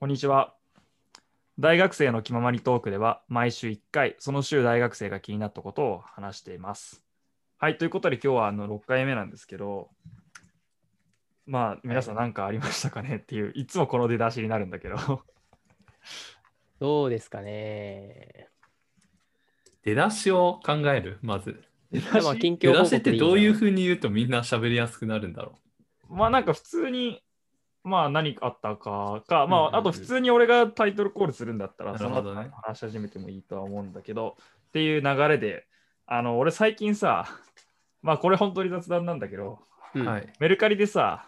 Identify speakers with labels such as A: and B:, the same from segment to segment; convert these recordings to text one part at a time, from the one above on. A: こんにちは。大学生の気ままにトークでは、毎週1回、その週大学生が気になったことを話しています。はい、ということで今日はあの6回目なんですけど、まあ皆さん何かありましたかねっていう、いつもこの出だしになるんだけど、
B: どうですかね。
C: 出だしを考える、まず。出
B: だしまあ近況報告でいいんじゃ
C: 出
B: ない
C: だしってどういうふうに言うとみんな喋りやすくなるんだろ
A: まあなんか普通に、まあ何かあったかか、ま
C: うんうんうん
A: ああと普通に俺がタイトルコールするんだったら、
C: な
A: そ
C: る
A: の
C: ほ
A: 後
C: どね
A: 話し始めてもいいとは思うんだけど、っていう流れで、あの俺最近さ、まあこれ本当に雑談なんだけど、
B: う
C: う。
B: ん
C: は
B: はい、
C: い。
A: メルカリでさ、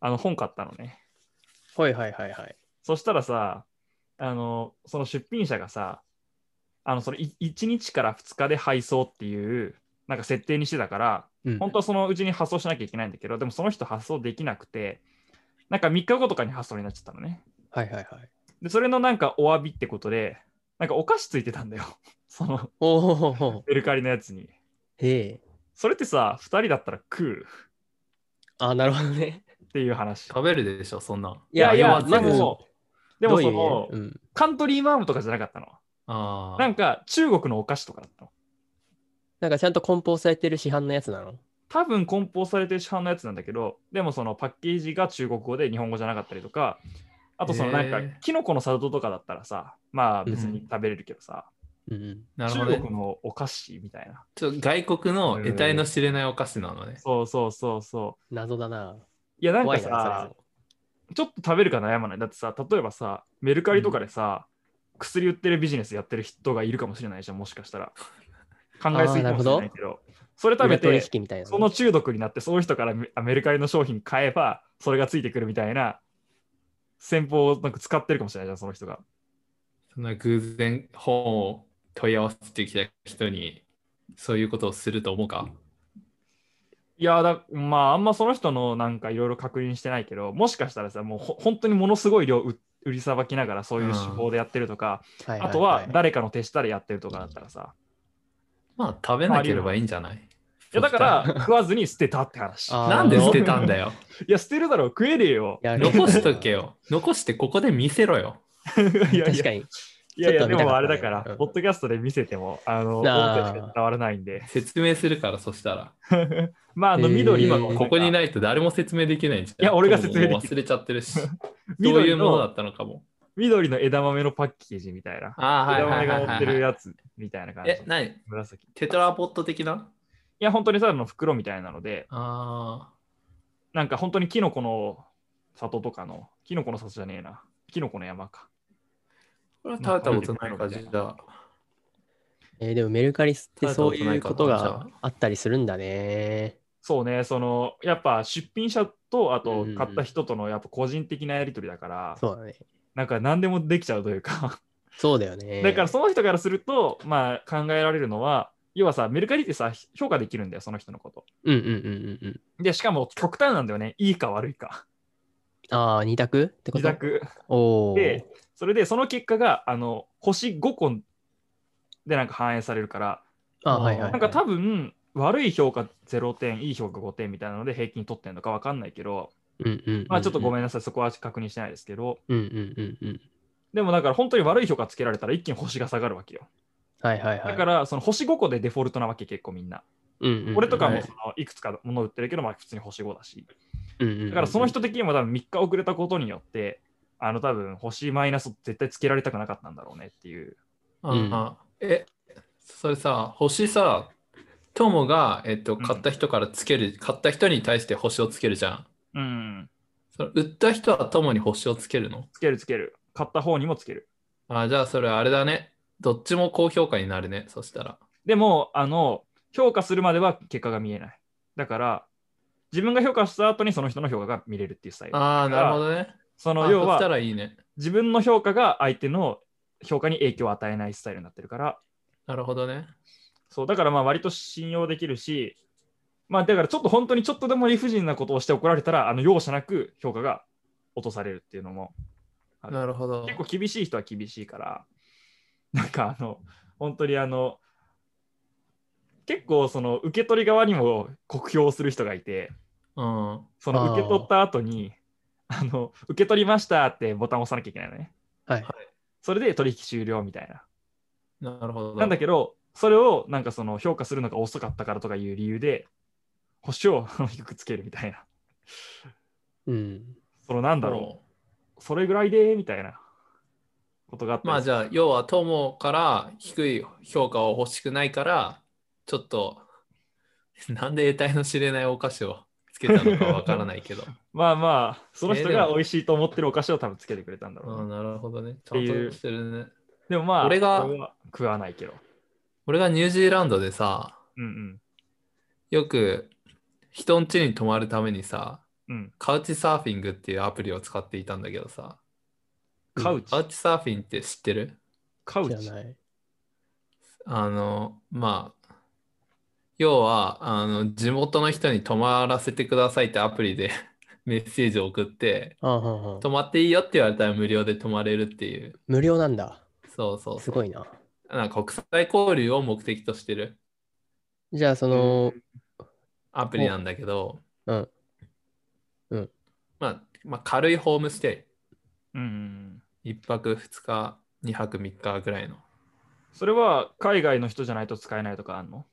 A: あの本買ったのね。
B: はいはいはいはい。
A: そしたらさ、あの、その出品者がさ、あの、そのい1日から2日で配送っていう、なんか設定にしてたから、
B: うん
A: 本当はそのうちに発送しなきゃいけないんだけど、でもその人発送できなくて、なんか3日後とかに発送になっちゃったのね。
B: はいはいはい。
A: で、それのなんかお詫びってことで、なんかお菓子ついてたんだよ。 その
B: おお。
A: メルカリのやつに。
B: へえ。
A: それってさ、2人だったら食
B: あ、なるほどね。
A: うっていう話。
C: 食べるでしょ、そんなん。
B: いやいや
C: 迷
A: で
C: わず
B: まず
A: も、でもその
B: ど、ういううん、
A: カントリーマームとかじゃなかったの。
C: ああ。
A: なんか中国のお菓子とかだったの。
B: なんかちゃんと梱包されてる市販のやつなの
A: 多分梱包されてる市販のやつなんだけど、でもそのパッケージが中国語で日本語じゃなかったりとか、あとそのなんか
C: へー
A: キノコの里とかだったらさ、まあ別に食べれるけどさ、
B: うんうん。
C: なるほ
A: 中
C: どね
A: 国のお菓子みたいな。
C: ちょ外国の得体の知れないお菓子なのね。
A: そうそうそうそう。
B: 謎だな。
A: いやなん
B: 怖
A: か
B: いな
A: さ、、ちょっと食べるか悩まない。だってさ、例えばさ、メルカリとかでさ、薬売ってるビジネスやってる人がいるかもしれないじゃん、もしかしたら。考えすぎかもしれないけど、それ
B: そ
A: 食べ
B: れ。食べ
A: て
B: 取、引みたいなね。
A: その中毒になって、その人からメあメルカリの商品買えば、それがついてくるみたいな戦法をなんか使ってるかもしれないじゃん、その人が。
C: そんな偶然本を問い合わせてきた人に、そういうことをすると思うか。
A: いやだ、まあ、あんまその人のなんかいろいろ確認してないけど、もしかしたらさ、もうほ本当にものすごい量売売りさばきながらそういう手法でやってるとか、
B: はいいい
A: あとは誰かの手下でやってるとかだったらさ、
C: まあ、食べなければいいんじゃない
A: いやだから食わずに捨てたって話。
B: あー
C: なんで捨てたんだよ。
A: いや、捨てるだろう、食えねえよ。
B: いや
C: 残しとけ よ。残してここで見せろよ。
A: いやい
B: 確か
A: や、い
B: に。
A: やいや
B: ちょっと
A: で
B: 見たかったね
A: もあれだから、
B: うん
A: ポッドキャストで見せても、あの、音
B: あー
A: 声しか伝わらないんで。
C: 説明するから、そしたら。
A: まあ、あの、
B: えー
A: 緑の、
C: ここにないと誰も説明できないんじゃん。
A: いや俺が説明できる
C: もう忘れちゃって るし。 どうい
A: 緑
C: うものだ
A: の
C: ったのかも。
A: 緑の枝豆のパッケージみたいな。
C: ああ、はい
A: 枝
C: は
A: 豆
C: いは
A: が
C: い、
A: 持
C: は
A: って
C: い
A: るやつみたいな感じ。
C: え、なに
A: 紫。い
C: テトラポット的な
A: や、本当にただの袋みたいなので、
C: あ
A: なんか本当にキノコの里とかの、キノコの里じゃねえな。キノコの山か。
C: あ。これは食べたことない感じだ。
B: えーでもメルカリってそういうこと
C: 食べたことない
B: が
C: かな
B: あったりするんだね。
A: そうね、その、やっぱ出品者と、あと
B: うんうん
A: 買った人とのやっぱ個人的なやり取りだから、
B: そうだね。
A: なんか何でもできちゃうというか、
B: そうだよね。
A: だからその人からすると、まあ考えられるのは、要はさ、メルカリってさ、評価できるんだよ、その人のこと。
B: うんうんうんうんうん。
A: で、しかも極端なんだよね、いいか悪いか。
B: ああ、二択ってこ
A: 自
B: と
A: 宅
B: おお。
A: で、それでその結果があの星5個でなんか反映されるから、
B: あーはいはいはい。
A: なんか多分悪い評価0点、いい評価5点みたいなので平均取ってるのか分かんないけど、
B: うんうんうんうん
A: まあちょっとごめんなさい、そこは確認してないですけど、
B: うんうんうんうん。
A: でもだから本当に悪い評価つけられたら一気に星が下がるわけよ。
B: はいはいはい。
A: だからその星5個でデフォルトなわけ結構みんな。
B: うんうんうん、
A: 俺とか
C: は
A: も
C: い
A: そのいくつか物売ってるけど、まあ普通に星5だし。
B: うんうんうん、
A: だからその人的にも多分3日遅れたことによって、あの多分星マイナスを絶対つけられたくなかったんだろうねっていう。
C: あーえ、それさ、星さ、友が、えっと、
A: ん
C: 買った人からつける、買った人に対して星をつけるじゃん。
A: うん。
C: その売った人は友に星をつけるの
A: つけるつける。買った方にもつける。
C: あーじゃあそれあれだね。どっちも高評価になるね、そしたら。
A: でも、あの、評価するまでは結果が見えない。だから、自分が評価した後にその人の評価が見れるっていうスタイル。
C: ああ、なるほどね。
A: そ
C: あ
A: の
C: ー
A: 要
C: そした
A: は、
C: らいいね。
A: 自分の評価が相手の評価に影響を与えないスタイルになってるから、
C: なるほどね。
A: そう、だからまあ割と信用できるし、まあだからちょっと本当にちょっとでも理不尽なことをして怒られたら、あの容赦なく評価が落とされるっていうのも、はい
C: なるほど。
A: 結構厳しい人は厳しいから、なんかあの、本当にあの、結構その受け取り側にも酷評する人がいて、
C: うん。
A: その受け取った後に、あの、受け取りましたってボタンを押さなきゃいけないのね。
B: はい。
A: それで取引終了みたいな。
C: なるほど。
A: なんだけど、それをなんかその評価するのが遅かったからとかいう理由で、星を あの低くつけるみたいな。
B: うん。
A: そのなんだろう、それぐらいでみたいなことがあったり
C: まあ
A: す
C: じゃあ、要は友から低い評価を欲しくないから、ちょっと、 なんで得体の知れないお菓子をつけたのかわからない けど。
A: まあまあ、その人
C: えーで
A: が
C: も
A: 美味しいと思ってるお菓子を多分つけてくれたんだろう
C: あ
A: ね、
C: あなるほどね。ち
A: て
C: ゃん
A: いう
C: としてるね。
A: でもまあ、
C: 俺が
A: 俺は食わないけど。
C: 俺がニュージーランドでさ、
A: うん
C: よく人ん家に泊まるためにさ、
A: うん。うん、
C: カウチサーフィングっていうアプリを使っていたんだけどさ、
A: カウチ
C: カ、ウチサーフィンって知ってる
A: カウ
B: じ
A: チ
B: ゃ。ない。
C: あの、まあ、要は、あの、地元の人に泊まらせてくださいってアプリで メッセージを送って、
B: ああ、はんはん
C: 泊まっていいよって言われたら無料で泊まれるっていう、
B: 無料なんだ。
C: そうそう
B: す
C: そう、
B: ごいな。
C: なんか国際交流を目的としてる
B: じゃあ、その、
C: アプリなんだけど、
B: うん。うん
C: まあ、まあ、軽いホームステ
A: うんうんうん。
C: イ、1泊2日、2泊3日ぐらいの。
A: それは海外の人じゃないと使えないとかあんの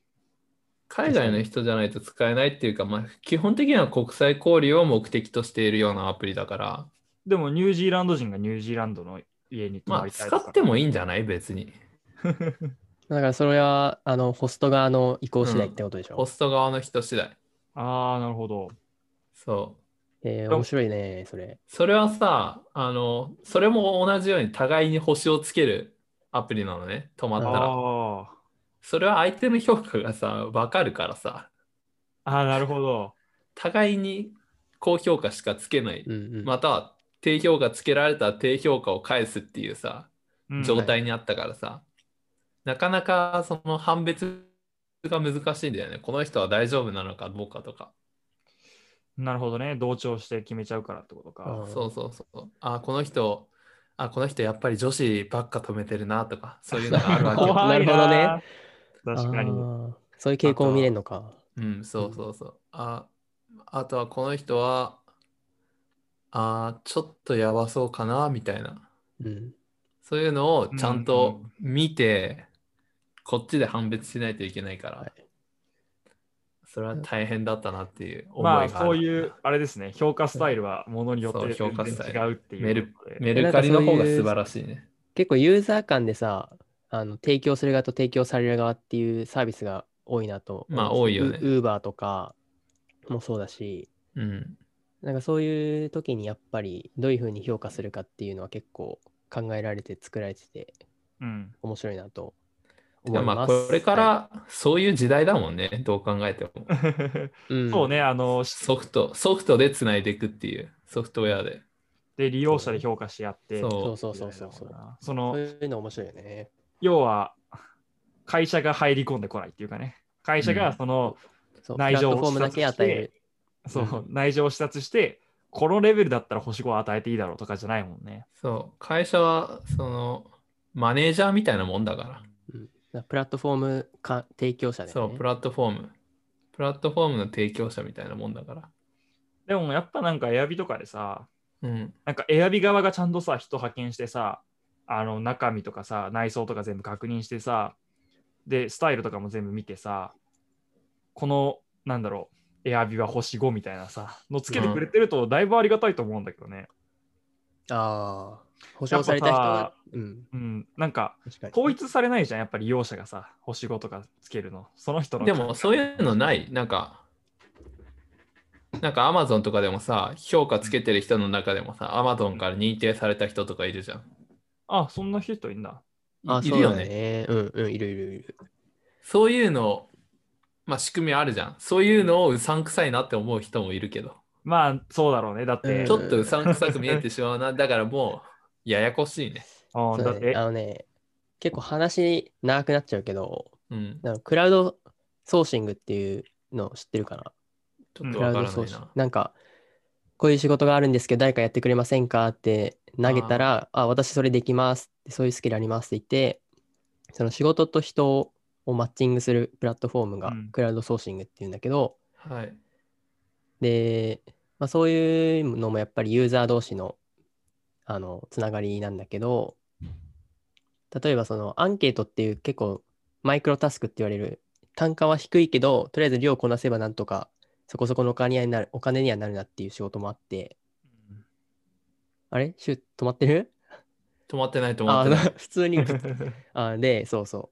C: 海外の人じゃないと使えないっていうか、まあ、基本的には国際交流を目的としているようなアプリだから、
A: でもニュージーランド人がニュージーランドの家に泊
C: ま
A: ま
C: あ、
A: りた
C: 使
A: いとか、
C: ってもいいんじゃない別に。
B: だからそれは、あの、ホスト側の意向次第ってことでし
C: ホ
B: ょ。
C: スト側の人次第。
A: ああ、なるほど。
C: そう。
B: えー面白いね、それ。
C: それはさ、あの、それも同じように互いに星をつけるアプリなのね、止まったら。
A: あー
C: それは相手の評価がさ、わかるからさ、
A: あー、なるほど。
C: 互いに高評価しかつけない。
B: うんうん。
C: または低評価つけられたら低評価を返すっていうさ、
A: うん
C: 状態にあったからさ、なかなかその判別が難しいんだよね。この人は大丈夫なのかどうかとか。
A: なるほどね。同調して決めちゃうからってことか。
B: うん
C: そうそうそう。あ、この人、あ、この人やっぱり女子ばっか止めてるなとか、そういうのがあるわけよ。
A: 怖いなる
B: な
A: ほどね。確かに
B: あ。ーそういう傾向を見れるのか。
C: うん、そうそうそう。あ、あとはこの人は、あ、ちょっとやばそうかなみたいな。
B: うん。
C: そういうのをちゃんと見て、こっちで判別しないといけないか
B: は
C: ら
B: い、
C: それは大変だったなっていう思いが
A: ま
C: あ
A: あ、
C: る。
A: そういう、あれですね。評価スタイルはものによって
C: そう
A: 全
C: 評価スタイル
A: 然違うっていうことで。
C: メルカリの方が素晴らしいね。
B: 結構ユーザー間でさ、あの提供する側と提供される側っていうサービスが多いなと思う。
C: まあ多いよね
B: ウーバーとかもそうだし、
C: うん。
B: なんかそういう時にやっぱりどういうふうに評価するかっていうのは結構考えられて作られてて
A: うん。
B: 面白いなと
C: い
B: 思
C: や
B: います。
C: まあこれか
B: は
C: らそういう時代だもんね、どう考えても。
B: い、うん
A: そうね。あの、し
C: ソフト、ソフトでつないでいくっていう、ソフトウェアで。
A: で利用者で評価し合って。
B: そ
C: そう
B: そうそうそう
A: そ
B: そう。
A: の
B: そう、いうの面白いよね。
A: 要は、会社が入り込んでこないっていうかね。会社がその、
B: そう
A: 内情
B: プラットフォームだけ与える。
A: そう、内情を視察して、このレベルだったら星5を与えていいだろうとかじゃないもんね。
C: う。そう。会社は、その、マネージャーみたいなもんだか
B: うんプラットフォームか提供者
C: ら。
B: で、ね。
C: そう、プラットフォーム。プラットフォームの提供者みたいなもんだから。
A: でもやっぱなんかエアビとかでさ、
C: うん。
A: なんかエアビ側がちゃんとさ、人派遣してさ、あの中身とかさ、内装とか全部確認してさ、で、スタイルとかも全部見てさ、この、なんだろう、エアビは星5みたいなさ、のつけてくれてるとだいぶありがたいと思うんだけどね。
B: ああ、保証された人
A: やっ
B: が。うん、
A: うん、なんか
B: 確かに。
A: 統一されないじゃん、やっぱり利用者がさ、星5とかつけるの。その人の。
C: でも、そういうのない。なんか、なんか Amazon とかでもさ、評価つけてる人の中でもさ、Amazon から認定された人とかいるじゃん。
A: あ、そんな人いんだ。
B: あ
C: い
B: そ
C: る
B: うだ
C: よね。
B: ね。うんうん、いるいるいる。
C: そういうの、まあ仕組みあるじゃん。そういうのをうさんくさいなって思う人もいるけど、
A: まあ、そうだろうね。だって、
B: うん
C: ちょっとうさんくさく見えてしま うな。だからもう、ややこしいね。
A: あ
B: そう
A: だ
B: だ
A: っ
B: ね、
A: て
B: あ、のね、結構話長くなっちゃうけど、
C: うん。
B: なんかクラウドソーシングっていうの知ってるかな
C: ちょ
A: う
C: っと
A: ん
B: クラ
C: わ
B: ウ
C: か
B: ド
C: らな
B: ソー
C: い
B: シング
C: な。。
B: なんか、こういう仕事があるんですけど、誰かやってくれませんかって投げたら、あ私それできますって、そういうスキルありますって言って、その仕事と人をマッチングするプラットフォーム
A: う
B: が
A: ん
B: クラウドソーシングっていうんだけど、
C: はい。
B: で、ままあ、そういうのもやっぱりユーザー同士のあのつながりなんだけど、例えばそのアンケートっていう結構マイクロタスクって言われる単価は低いけど、とりあえず量こなせばなんとかそこそこのお金になるお金にはなるなっていう仕事もあって、あれシュ止まってる
C: 止まってない止ま
B: あ
C: ってない。
B: 普通に映ってたあで、そうそ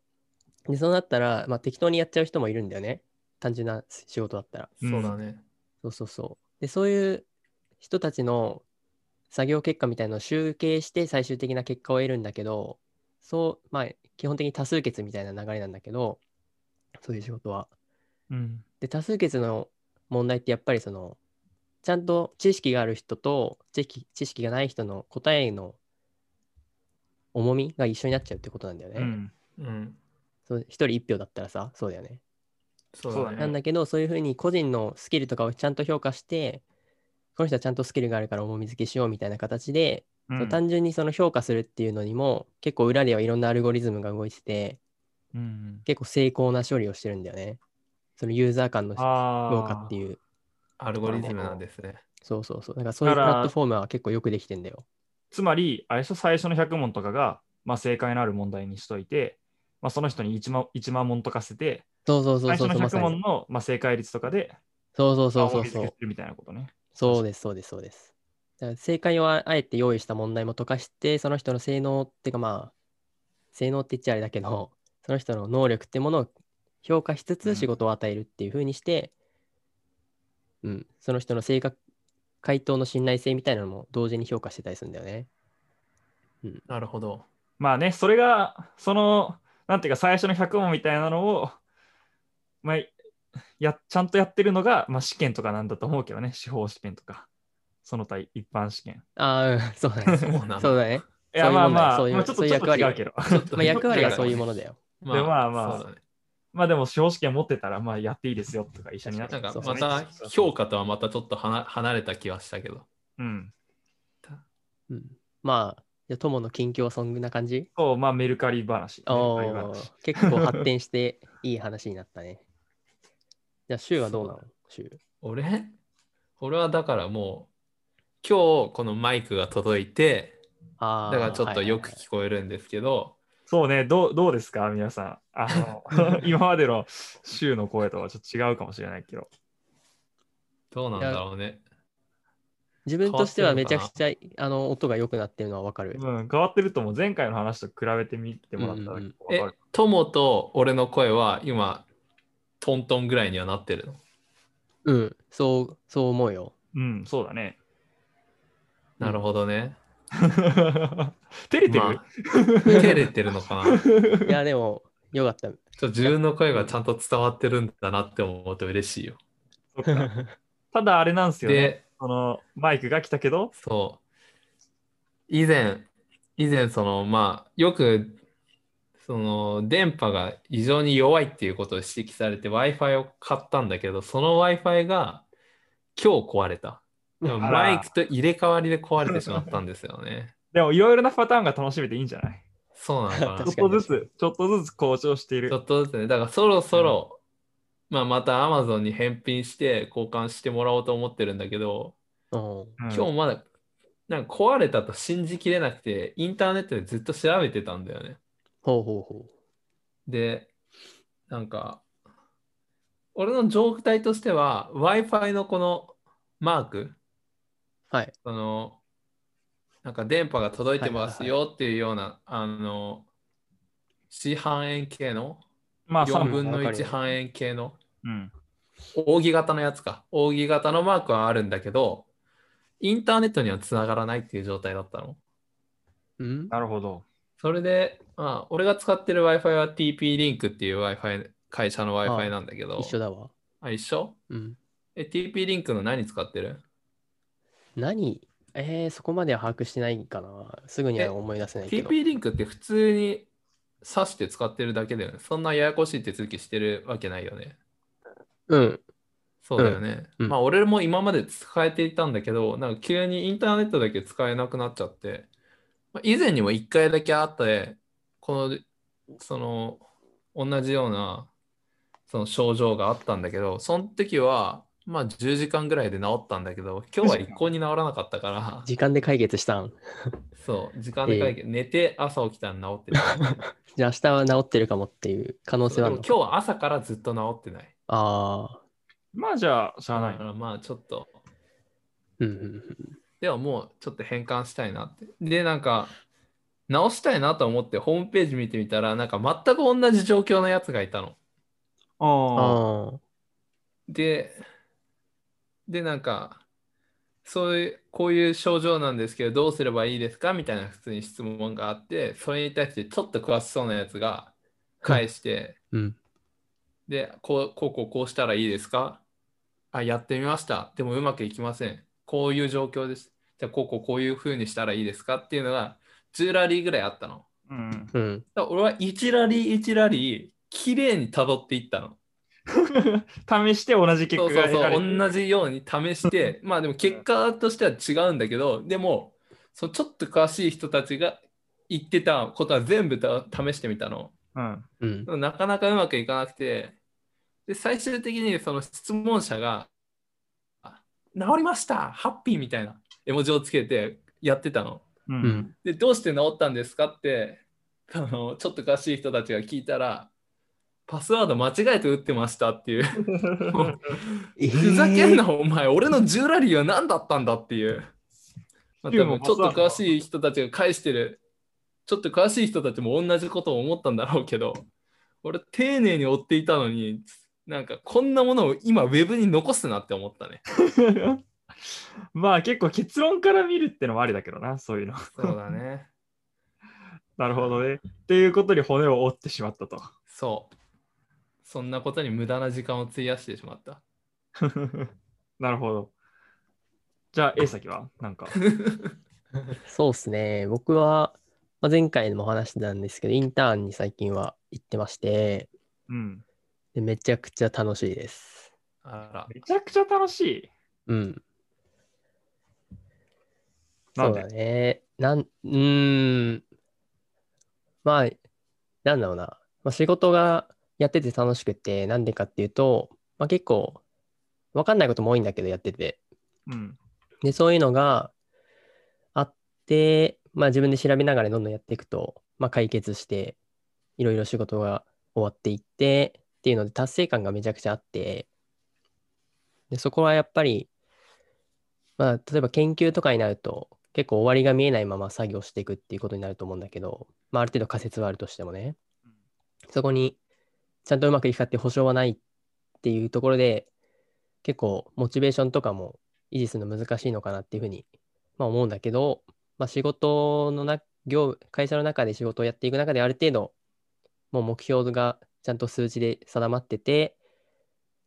B: う。で、そうなったら、まあ、適当にやっちゃう人もいるんだよね。単純な仕事だったら。
A: うん
C: そうだね。
B: そうそうそう。で、そういう人たちの作業結果みたいなのを集計して最終的な結果を得るんだけど、そう、まあ、基本的に多数決みたいな流れなんだけど、そういう仕事は。
A: うん。
B: で、多数決の問題ってやっぱりその、ちゃんと知識がある人と知識知識がない人の答えの重みが一緒になっちゃうってことなんだよね。
A: うん。
C: うん。
B: そう一人一票だったらさ、そうだよね。
C: そうだ
A: そう
C: ね。
B: なんだけど、そういうふうに個人のスキルとかをちゃんと評価して、この人はちゃんとスキルがあるから重み付けしようみたいな形で、
A: う
B: そうん単純にその評価するっていうのにも、結構裏ではいろんなアルゴリズムが動いてて、
A: うん。
B: 結構精巧な処理をしてるんだよね。そのユーザー間の評
A: あ
B: 価
A: あ
B: って。いう。
C: アルゴリズムなんですね。
B: そうそうそう。だからそういうプ
A: だから
B: ラットフォームは結構よくできてんだよ。
A: つまり、あれでしょ最初の100問とかが、まあ、正解のある問題にしといて、まあ、その人に 1, 万1万問とかせて、
B: そうそうそう
A: 最
B: そう
A: 初の
B: そう。まさ
A: 100
B: に
A: 問の、まあ、正解率とかで、
B: そうそうそうそ
A: まあ大
B: う
A: き
B: そ
A: く
B: う
A: す。るみたいなことね。
B: そうです、そうです、そうです。だから正解をああえて用意した問題も解かして、その人の性能っていうかまあ、性能って言っちゃあれだけど、その人の能力ってものを評価しつ
A: うん
B: つ仕事を与えるっていうふうにして、うん、その人の性格、回答の信頼性みたいなのも同時に評価してたりするんだよね。
C: なるほど。
A: まあね、それが、その、なんていうか、最初の100問みたいなのを、まあ、やちゃんとやってるのが、まあ、試験とかなんだと思うけどね、司法試験とか、その他一般試験。
B: ああ、うん、そうだね。
C: そうなの
B: そうだね。
A: いや、
B: そういう
A: まあ
B: 問題
A: まあ、
B: そういう
A: まあちょっと
B: そうい
A: ち
B: う
A: ょっ
B: 役
A: と
B: 割
A: 違うけど。
B: まあ、役割はそういうものだ よ。
A: まあでまあまあ
C: そうだね
A: まあでも、司法試験持ってたら、まあやっていいですよとか、医者になって
C: なんか
B: そう
C: また評価とはまたちょっと離離れた気はしたけど。
A: うん。
B: うん、まあ、じゃあ友の近況はそんな感じ
A: そう、まあメルカリ話。
B: お
A: メルカリ
B: お
A: 話、
B: 結構発展していい話になったね。 じゃあ、週はどうなの週。
C: 俺俺はだからもう今日このマイクが届いて
B: あ
C: だ
B: あ。
C: からちょっとよ
B: はい
C: く
B: はいはい
C: 聞こえるんですけど
A: そうね、どうどうですか、皆さん。あ の今までの週の声とはちょっと違うかもしれないけど。
C: どうなんだろうね。
B: 自分としてはめちゃくちゃ
C: 変
B: あの音が良くなってるのはわかる。
A: うん、変わってるともう前回の話と比べてみてもらったら
B: うんうん
A: 結構わ
C: え
A: かる。、
C: トモと俺の声は今トントンぐらいにはなってるの
B: うん、そう、そう思う よ。
A: うん、そうだね。
C: なるほどね。
A: 照れてる、
C: まあ、照れてるのかな。ちょっ
B: いや、でも、よか った。
C: と自分の声がちゃんと伝わってるんだなって思うと嬉しいよ。
A: そっかただあれなんですよね。
C: で、
A: そのマイクが来たけど、
C: そう。以前、以前、その、まあ、よく、その、電波が異常に弱いっていうことを指摘されて Wi-Fi を買ったんだけど、その Wi-Fi が今日壊れた。でも
A: あら
C: マイクと入れ替わりで壊れてしまったんですよね。
A: でもいろいろなパターンが楽しめていいんじゃない
C: そうなのかな。
B: 確
A: ちょっ
B: かに
A: とずつ、ちょっとずつ向上している
C: ちょ。っとずつね、だからそろそろ、まあ、また Amazon に返品して交換してもらおうと思ってるんだけど、
B: うん。
A: うん
C: 今日まだなんか壊れたと信じきれなくて、インターネットでずっと調べてたんだよね。
B: ほうほうほ
C: で、なんか、俺の状態としては Wi-Fi のこのマーク、
B: う。はい。
C: その、なんか電波が届いてますよっていうような、あの、四半円形の、
A: まあ
C: 4
A: 3
C: 分の
B: わかる
C: 1
B: よ
C: 半円形の、
A: うん。
C: 扇形のやつか。扇形のマークはあるんだけど、インターネットにはつながらないっていう状態だったの。
B: うん
A: なるほど。
C: それで、まあ、俺が使ってる Wi-Fi は TP-Link っていう Wi-Fi、会社の Wi-Fi なんだけど。
B: 一緒だわ。
C: あ、一緒
B: うん。
C: え、TP-Link の何使ってる
B: 何えー、そこまでは把握してないかな。すぐには思い出せないけど。
C: ?TP-Link って普通に挿して使ってるだけだよね。そんなややこしい手続きしてるわけないよね。
B: うん。
C: そうだよね。
B: うんうん
C: まあ、俺も今まで使えていたんだけど、なんか急にインターネットだけ使えなくなっちゃって、まあ、以前にも1回だけあって、この、その、同じような、その症状があったんだけど、その時は、まあ10時間ぐらいで治ったんだけど、今日は一向に治らなかっ たから、
B: 時間で解決したん。
C: そう、時間で解決、寝て朝起きたら治 ってない。
B: じゃあ明日は治ってるかもっていう可能性
C: で
B: は
C: も
B: ある
C: 今
B: の
C: 日は朝からずっと治ってない。
B: ああ。
A: まあじゃあ、しゃあな
C: だ
A: い
C: か。らまあちょっと、
B: うんうんうん。
C: ではもうちょっと変換したいなって。で、なんか、直したいなと思ってホームページ見てみたら、なんか全く同じ状況のやつがいたの。
A: ああ。
B: ああ。
C: で、で、なんか、そういう、こういう症状なんですけど、どうすればいいですかみたいな普通に質問があって、それに対してちょっと詳しそうなやつが返して、
B: うん。
C: で、こう、こう、こう、こうしたらいいですかあ、やってみました。でもうまくいきません。こういう状況です。じゃあ、こう、こう、こういうふうにしたらいいですかっていうのが、10ラリーぐらいあったの。
A: うん。
B: うん。
C: だから俺は1ラリー1ラリー、綺麗に辿っていったの。
A: 試して同じ結果
C: そう
A: が
C: そう
A: 得られ
C: そ
A: る
C: う、同じように試して、まあでも結果としては違うんだけど、でも、そうちょっと詳しい人たちが言ってたことは全部た試してみたの。
A: うん。
B: うん。
C: でもなかなかうまくいかなくて、で最終的にその質問者が、あ治りましたハッピーみたいな絵文字をつけてやってたの。
A: う。
B: うんん。
C: で、どうして治ったんですかって、あのちょっと詳しい人たちが聞いたら、パスワード間違えて打ってましたっていう。ふざけんな、お前、俺のジュラリーは何だったんだっていう。まあ、多
A: でも
C: 分ちょっと詳しい人たちが返してる、ちょっと詳しい人たちも同じことを思ったんだろうけど、俺、丁寧に追っていたのに、なんかこんなものを今、ウェブに残すなって思ったね。
A: まあ結構結論から見るってのもありだけどな、そういうの。
C: そうだね。
A: なるほどね。っていうことに骨を折ってしまったと。
C: そう。そんなことに無駄な時間を費やしてしまった。
A: なるほど。じゃあ A 先はなん か。
B: そうですね。僕は、まあ、前回もお話してたんですけど、インターンに最近は行ってまして、
A: うん。
B: でめちゃくちゃ楽しいです。
C: あら。
A: めちゃくちゃ楽しい。
B: うん。
A: な
B: そ
A: ん
B: う
A: で
B: だね。なん、うーん。まあ、なんだろうな。まあ、仕事がやってて楽しくて、なんでかっていうと、まあ、結構、わかんないことも多いんだけど、やってて。
A: うん。
B: で、そういうのがあって、まあ自分で調べながらどんどんやっていくと、まあ解決して、いろいろ仕事が終わっていってっていうので達成感がめちゃくちゃあって、で、そこはやっぱり、まあ例えば研究とかになると結構終わりが見えないまま作業していくっていうことになると思うんだけど、まあある程度仮説はあるとしてもね、そこにちゃんとうまくいくかって保証はないっていうところで、結構モチベーションとかも維持するの難しいのかなっていうふうに、まあ、思うんだけど、まあ、仕事のな業会社の中で仕事をやっていく中である程度もう目標がちゃんと数字で定まってて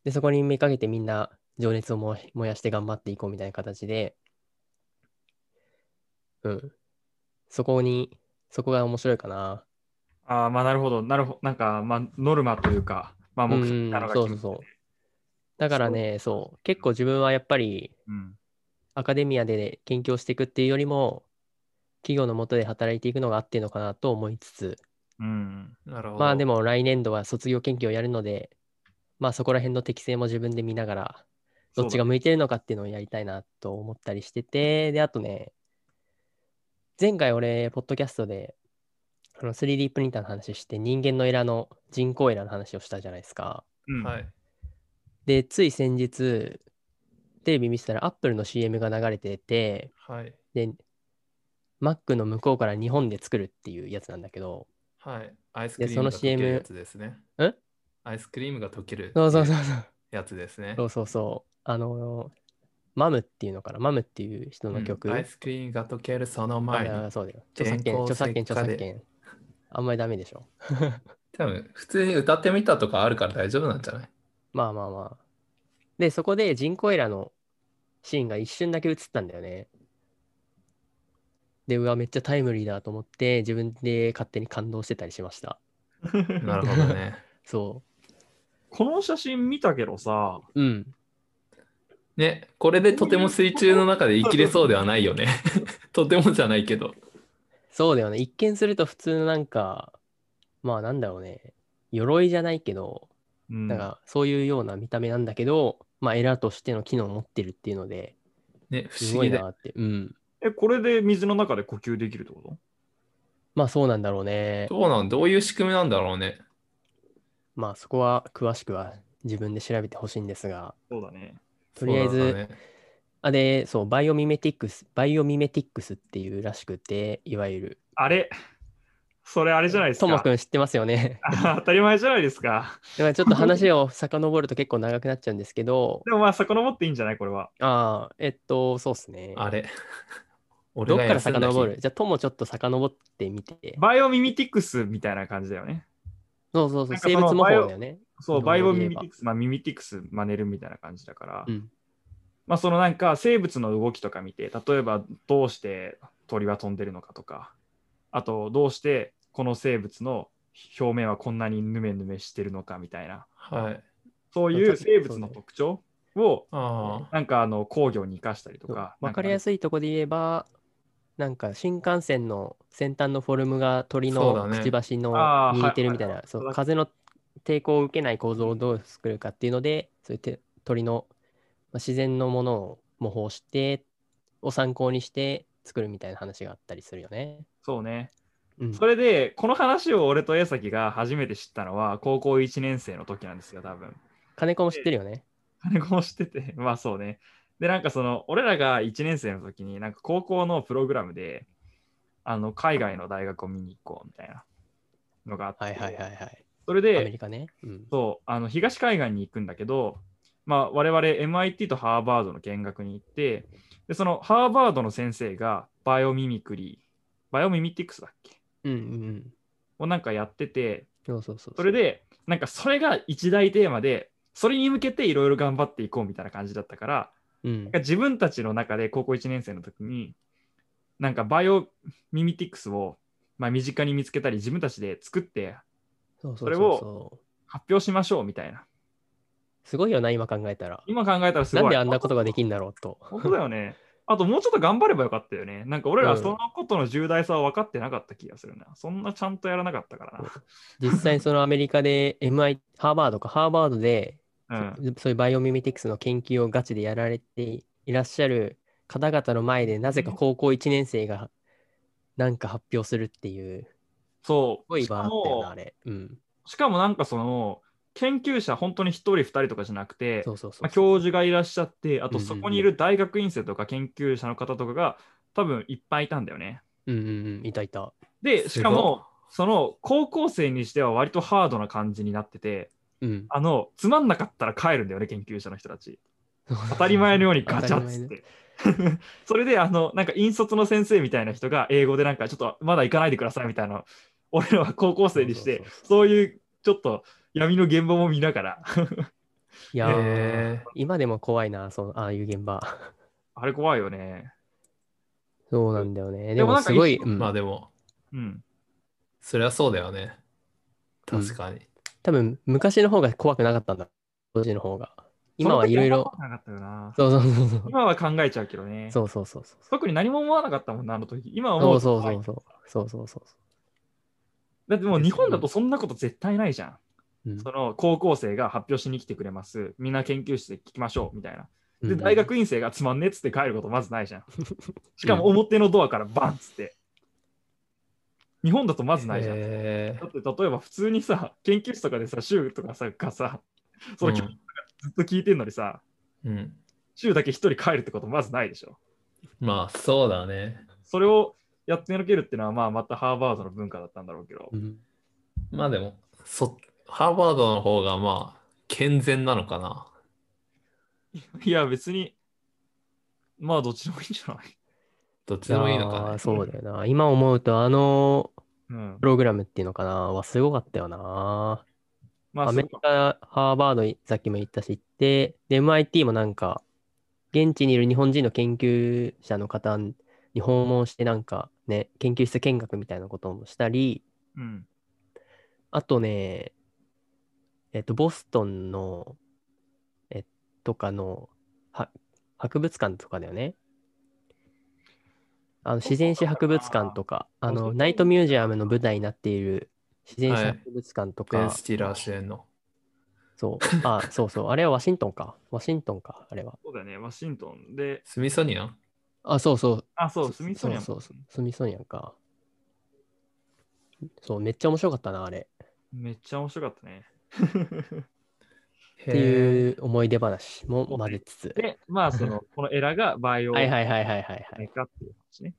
B: でそこにめかけてみんな情熱を燃え燃やして頑張っていこうみたいな形で、うん、そこにそこが面白いかな。
A: ああ、まあなるほど。なるほど。なんか、まあノルマというか、まあ目標なのが決ま
B: うんそう
A: ってて
B: そうそうだからねそう結構自分はやっぱり
A: うん。
B: アカデミアで研究をしていくっていうよりも、企業の下で働いていくのが合ってるのかなと思いつつ、
A: うん。
C: なるほど。
B: まあでも来年度は卒業研究をやるので、まあそこら辺の適性も自分で見ながら、どっちが向いてるのかっていうのをやりたいなと思ったりしてて、で、あとね、前回俺、ポッドキャストで、あの 3D プリンターの話して、人間のエラーの人工エラーの話をしたじゃないですか。
A: うん
C: は。 い。
B: で、つい先日、テレビ見てたら、アップルの CM が流れてて、
C: はい。
B: で、Mac の向こうから日本で作るっていうやつなんだけど、
C: はい。アイスクリー
B: そ
C: ム
B: の
C: が溶け
B: CM
C: るやつですね。
B: ん
C: アイスクリームが溶ける
B: そうそうそうそう、
C: やつですね。
B: そうそうそう、あの、マムっていうのかな、マムっていう人の曲。
C: うんアイスクリームが溶けるその
B: あ
C: 前に。
B: そうだよ。著作権、
C: 電光
B: 著作権、
C: 石
B: 著
C: 火で
B: 作権。あんまりダメでしょ。
C: 多分普通に歌ってみたとかあるから大丈夫なんじゃない
B: まあまあまあ。で、そこで人工エラーのシーンが一瞬だけ映ったんだよね。で、うわ、めっちゃタイムリーだと思って、自分で勝手に感動してたりしました。
C: なるほどね。
B: そ
A: この写真見たけどさ、
B: う。うん。
C: ね、これでとても水中の中で生きれそうではないよ ね。とてもじゃないけど。
B: そうだよね。一見すると普通のなんか、まあなんだろうね。鎧じゃないけど、
A: うん
B: なんかそういうような見た目なんだけど、まあ、エラーとしての機能を持ってるっていうので、
C: ね、不
B: す
C: 思
B: ごい
C: 議だよ
B: なって。うん。
A: え、これで水の中で呼吸できるってこと
B: まあ、そうなんだろうね。
C: どうなんどういう仕組みなんだろうね。
B: まあ、そこは詳しくは自分で調べてほしいんですが、
A: そうだね。
B: とりあえず
C: そうなんだね
B: あで、そう、バイオミメティックス、バイオミメティックスっていうらしくて、いわゆる。
A: あれ それあれじゃないです
B: とも
A: か
B: く。ん知ってますよね。
A: 当たり前じゃないですか。
B: だからちょっと話を遡ると結構長くなっちゃうんですけど、
A: でもまあ、遡っていいんじゃないこれは。
B: ああ、えっと、そうですね。
C: あれ。
B: ど
C: 俺
B: っ
C: が
B: から
C: 休んだ日
B: 遡るじゃあ、ともちょっと遡ってみて。
A: バイオミミティクスみたいな感じだよね。
B: そうそうそ
A: な
B: う、
A: んか
B: 生
A: その
B: 物模倣だよね。
A: そう、
B: な
A: バイ
B: るほ
A: オ
B: ど
A: ミミティクス、まあ、ミミティクス真似るみたいな感じだから、
B: うん。
A: まあそのなんか生物の動きとか見て、例えばどうして鳥は飛んでるのかとか、あとどうしてこの生物の表面はこんなにヌメヌメしてるのかみたいな、
C: はい。
A: そういう生物の特徴を
C: あ
A: なんかあの工業に生かしたりと
B: そう
A: か。
B: わかりや
A: い。
B: すいとこで言えば、なんか新幹線の先端のフォルムが鳥
C: そうだ
B: の
C: ね
B: くちばしの
A: あー
B: に似てるみたい
A: は、
B: ない
A: そ
B: そ
A: う
B: う、
A: だ
B: 風の抵抗を受けない構造をどう作るかっていうので、そうやって鳥のまあ自然のものを模倣して、を参考にして作るみたいな話があったりするよね。
A: そうね。
B: うん。
A: それで、この話を俺と江崎が初めて知ったのは高校1年生の時なんですよ、多分。
B: 金子も知ってるよね。
A: 金子も知ってて、 まあそうね。で、なんかその、俺らが1年生の時に、なんか高校のプログラムで、あの、海外の大学を見に行こうみたいなのがあって、
B: はいはいはいはい。
A: それ
B: アメ
A: で、
B: リカね。うん。
A: そう、あの、東海岸に行くんだけど、まあ我々 MIT とハーバードの見学に行って、で、そのハーバードの先生がバイオミミクリー、バイオミミティクスだっけ
B: うんうん。
A: をなんかやってて、
B: そうそうそう。
A: それ、で、なんかそれが一大テーマで、それに向けていろいろ頑張っていこうみたいな感じだったから、
B: うん
A: なんか。自分たちの中で高校1年生の時になんかバイオミミティクスを、まあ、身近に見つけたり自分たちで作って
B: そう
A: そ
B: そう
A: れ
B: そう
A: を
B: そう。
A: 発表しましょうみたいな
B: すごいよな、今考えたら。
A: 今考えたらすごい
B: なんであんなことができんだろうと。
A: 本当だよねあともうちょっと頑張ればよかったよねなんか俺ら
B: うん
A: そのことの重大さは分かってなかった気がするな、そんなちゃんとやらなかったか
B: 実際そのアメリ カで MI、ハーバードか、ハーバードで、
A: らな、うん、
B: そそういうバイオミメティクスの研究をガチでやられていらっしゃる方々の前で、なぜか高校1年生がなんか発表するっていう、す
A: そ
B: ご
A: う
B: い
A: し
B: 場あ
A: か
B: ったよな、あ
A: も
B: れ。うん。
A: しかもなんかその研究者本当に1人2人とかじゃなくて
B: そうそうそ
A: まあ、
B: うそ
A: 教
B: う。
A: 授がいらっしゃって、あと
B: うんうんう
A: そ
B: ん
A: こにいる大学院生とか研究者の方とかが多分いっぱいいたんだよね。
B: うんうんうん、いたいた。
A: で、しか
C: すご
A: も、その高校生にしては割とハードな感じになってて、
B: うん。
A: あの、つまんなかったら帰るんだよね、研究者の人たち。当たり前のようにガチャ ッつって。 それで、あの、なんか引率の先生みたいな人が英語でなんかちょっとまだ行かないでくださいみたいな、俺らは高校生にして
B: そうそう、
A: そういうちょっと闇の現場も見ながら、
B: いやー、
C: え
B: 今でも怖いな、そのああいう現 場。
A: あれ怖いよね。
B: そうなんだよね。
A: で
B: で
A: も
B: も
A: なんか
B: すごい、
A: 一
B: うん
C: まあでも、
A: うん。
C: そりゃそうだよね。
B: うん
C: 確かに。
B: 多分昔の方が怖くなかったんだ。当時の方が。今はいろいろ
A: そ。の時は怖くなかったよな。
B: そうそうそうそう。
A: 今は考えちゃうけどね。
B: そうそうそうそう。
A: 特に何も思わなかったもんな、あの時。今は
B: そ
A: も
B: うそう
A: は
B: そ
A: いう
B: そう。そうそうそうそ
A: だってもう日本だとそんなこと絶対ないじゃん。
B: ううん
A: その高校生が発表しに来てくれます。みんな研究室で聞きましょうみたいな。
B: うん。
A: で、大学院生がつまんねっつって帰ることまずないじゃん。しかも表のドアからバンっつって。日本だとまずないじゃん。だ
C: え
A: って例えば普通にさ、研究室とかでさ、週とかさ、がさ、その
C: うん
A: 教授ずっと聞いてんのにさ、
C: うん。
A: 週だけ一人帰るってことまずないでしょ。
C: まあそうだね。
A: それをやってのけるっていうのは、まあ、またハーバードの文化だったんだろうけど
B: う。ん。
C: まあでも、そハーバードの方がまあ健全なのかな。
A: いや、別に、まあ、どっちでもいいんじゃない、
C: どっちでもいいのか
B: いや
C: な
B: ー。そうだよな。今思うと、あの
A: うん
B: プ、ログラムっていうのかなはすごかったよな。
A: まあ、
B: ア
A: そ
B: メ
A: う
B: リ
A: か
B: カ、ハーバードに、さっきも言ったし、行って、で、MIT もなんか、現地にいる日本人の研究者の方に訪問して、なんかね、研究室見学みたいなこともしたり、
A: うん。
B: あとね、えっと、ボストンの、えっとかの、は博物館とかだよね。あの、自然史博物館とか、あ
A: ボスト
B: の、
A: ン
B: ナイトミュージアムの舞台になっている自然史
C: はい
B: 博物館と
C: ベン・
B: か
C: ス、ティラー主演の。
B: そう。あ、そうそう。あれはワシントンか。ワシントンか、あれは。
A: そうだよね、ワシントンで、
C: スミソニアン
B: あ、そうそう。
A: あ、そう、スミソニアン
B: そうそうスミソニアンか。そう、めっちゃ面白かったな、あれ。
A: めっちゃ面白かったね。
C: っ
B: って
C: う。
B: いう思い出話も混ぜつつ。
A: で、まあ、その、このエラがバイオ
B: はい
A: メ
B: はいはいはいはい、はい。
A: カっていう話ね。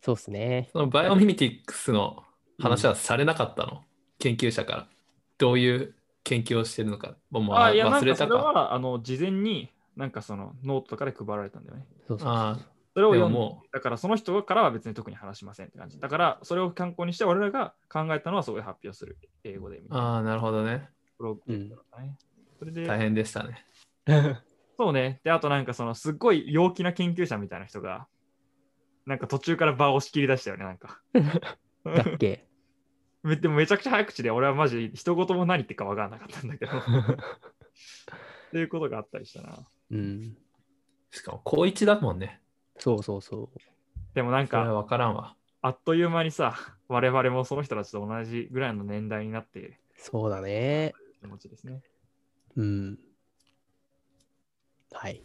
B: そうっすね。
C: そのバイオミミティクスの話はされなかったの、研究者から。どういう研究をしてるのか。もうもう
A: あ、いや、な
C: 忘
A: んか
C: れ
A: そ
C: た
A: れ
C: か。
A: は、あの、事前に、なんかその、ノートとかで配られたんだよね。
B: そうそう
C: ああ
A: それを
C: で
A: 読
C: も
A: んで
C: も
A: だからその人からは別に特に話しませんって感じ。だからそれを参考にして我々が考えたのはそこで発表する。英語でみ
C: う。
A: たいな
C: ああ、なるほどね。
A: ブログ
B: う
A: だ
B: ん。
A: ったね。それで、
C: 大変でしたね。
A: そうね。で、あとなんかそのすっごい陽気な研究者みたいな人が、なんか途中から場を仕切り出したよね、なんか。
B: だっけ
A: めでもめちゃくちゃ早口で俺はマジ一言も何言ってるか分からなかったんだけど。っていうことがあったりしたな。
B: うん。
C: しかも、高一だもんね。
B: そうそうそ
A: でもなん
C: それは
A: か、
C: 分からんわ。
A: あっという間にさ、我々もその人たちと同じぐらいの年代になっている
B: う。そうだね。
A: 気持ちですね。
B: うん。はい。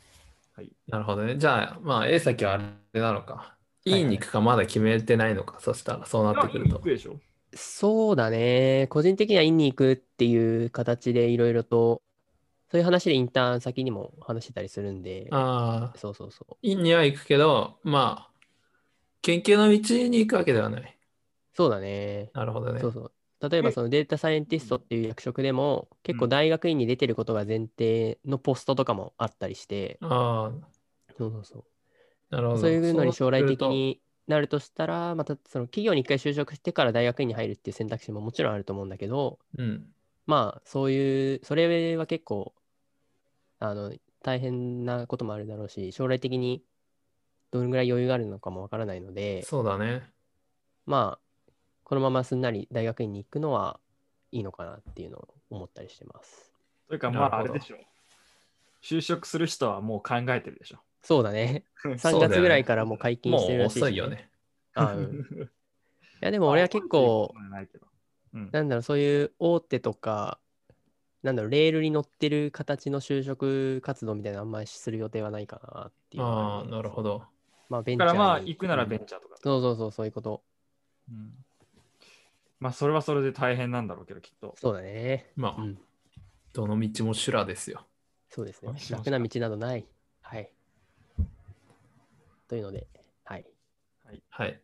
C: なるほどね。じゃあ、まあ、A 先はあれなのか。
B: いはい
C: E に行くかまだ決めてないのか。そしたら、そうなってくる
A: いい
C: と
A: 服。でしょ
B: そうだね。個人的には院に行くっていう形でいろいろと、そういう話でインターン先にも話してたりするんで、
C: ああ、
B: そうそうそう。
C: 院には行くけど、まあ、研究の道に行くわけではない。
B: そうだね。
C: なるほどね
B: そう。そう。例えば
A: え
B: そのデータサイエンティストっていう役職でも、結
A: う
B: 構
A: ん
B: 大学院に出てることが前提のポストとかもあったりして、
C: あ
B: そうそうそう。
C: あ、なるほど。
B: そういうのに将来的
C: そうなってくる
B: になるとしたら、またその企業に一回就職してから大学院に入るっていう選択肢ももちろんあると思うんだけど、
C: と。うん。
B: まあそういうそれは結構あの大変なこともあるだろうし将来的にどのぐらい余裕があるのかもわからないので
C: そうだね。
B: まあこのまますんなり大学院に行くのはいいのかなっていうのを思ったりしてます
A: というか、
C: な
A: ま
C: るほど
A: あ、あれでしょ。就職する人はもう考えてるでしょ。
B: そうだね
C: そうだ
B: 3
C: よね
B: 月ぐらいからもう解禁
C: も
B: してる
C: う
B: らしいし
C: 遅いよね。
B: あうんいやでも俺は結構
A: まあ。ないけどうん
B: なんだろうそういう大手とかなんだろうレールに乗ってる形の就職活動みたいなのあんまりする予定はないかなっていうのが
C: あ
B: る
C: あ、
B: ので
C: なるほど。
B: まあ、ベンチ
A: だ
B: ャ
A: か
B: ー
A: らまあ、
B: に
A: 行くならベンチャーとか。
B: そうそうそう、そういうこと。
A: うんまあ、それはそれで大変なんだろうけど、きっと。
B: そうだね。
C: ま
B: う
C: あ、
B: ん。
C: どの道も修羅ですよ。
B: そうですね
A: わかりま。した
B: 楽な道などない。はい。というので、はい。
C: はい。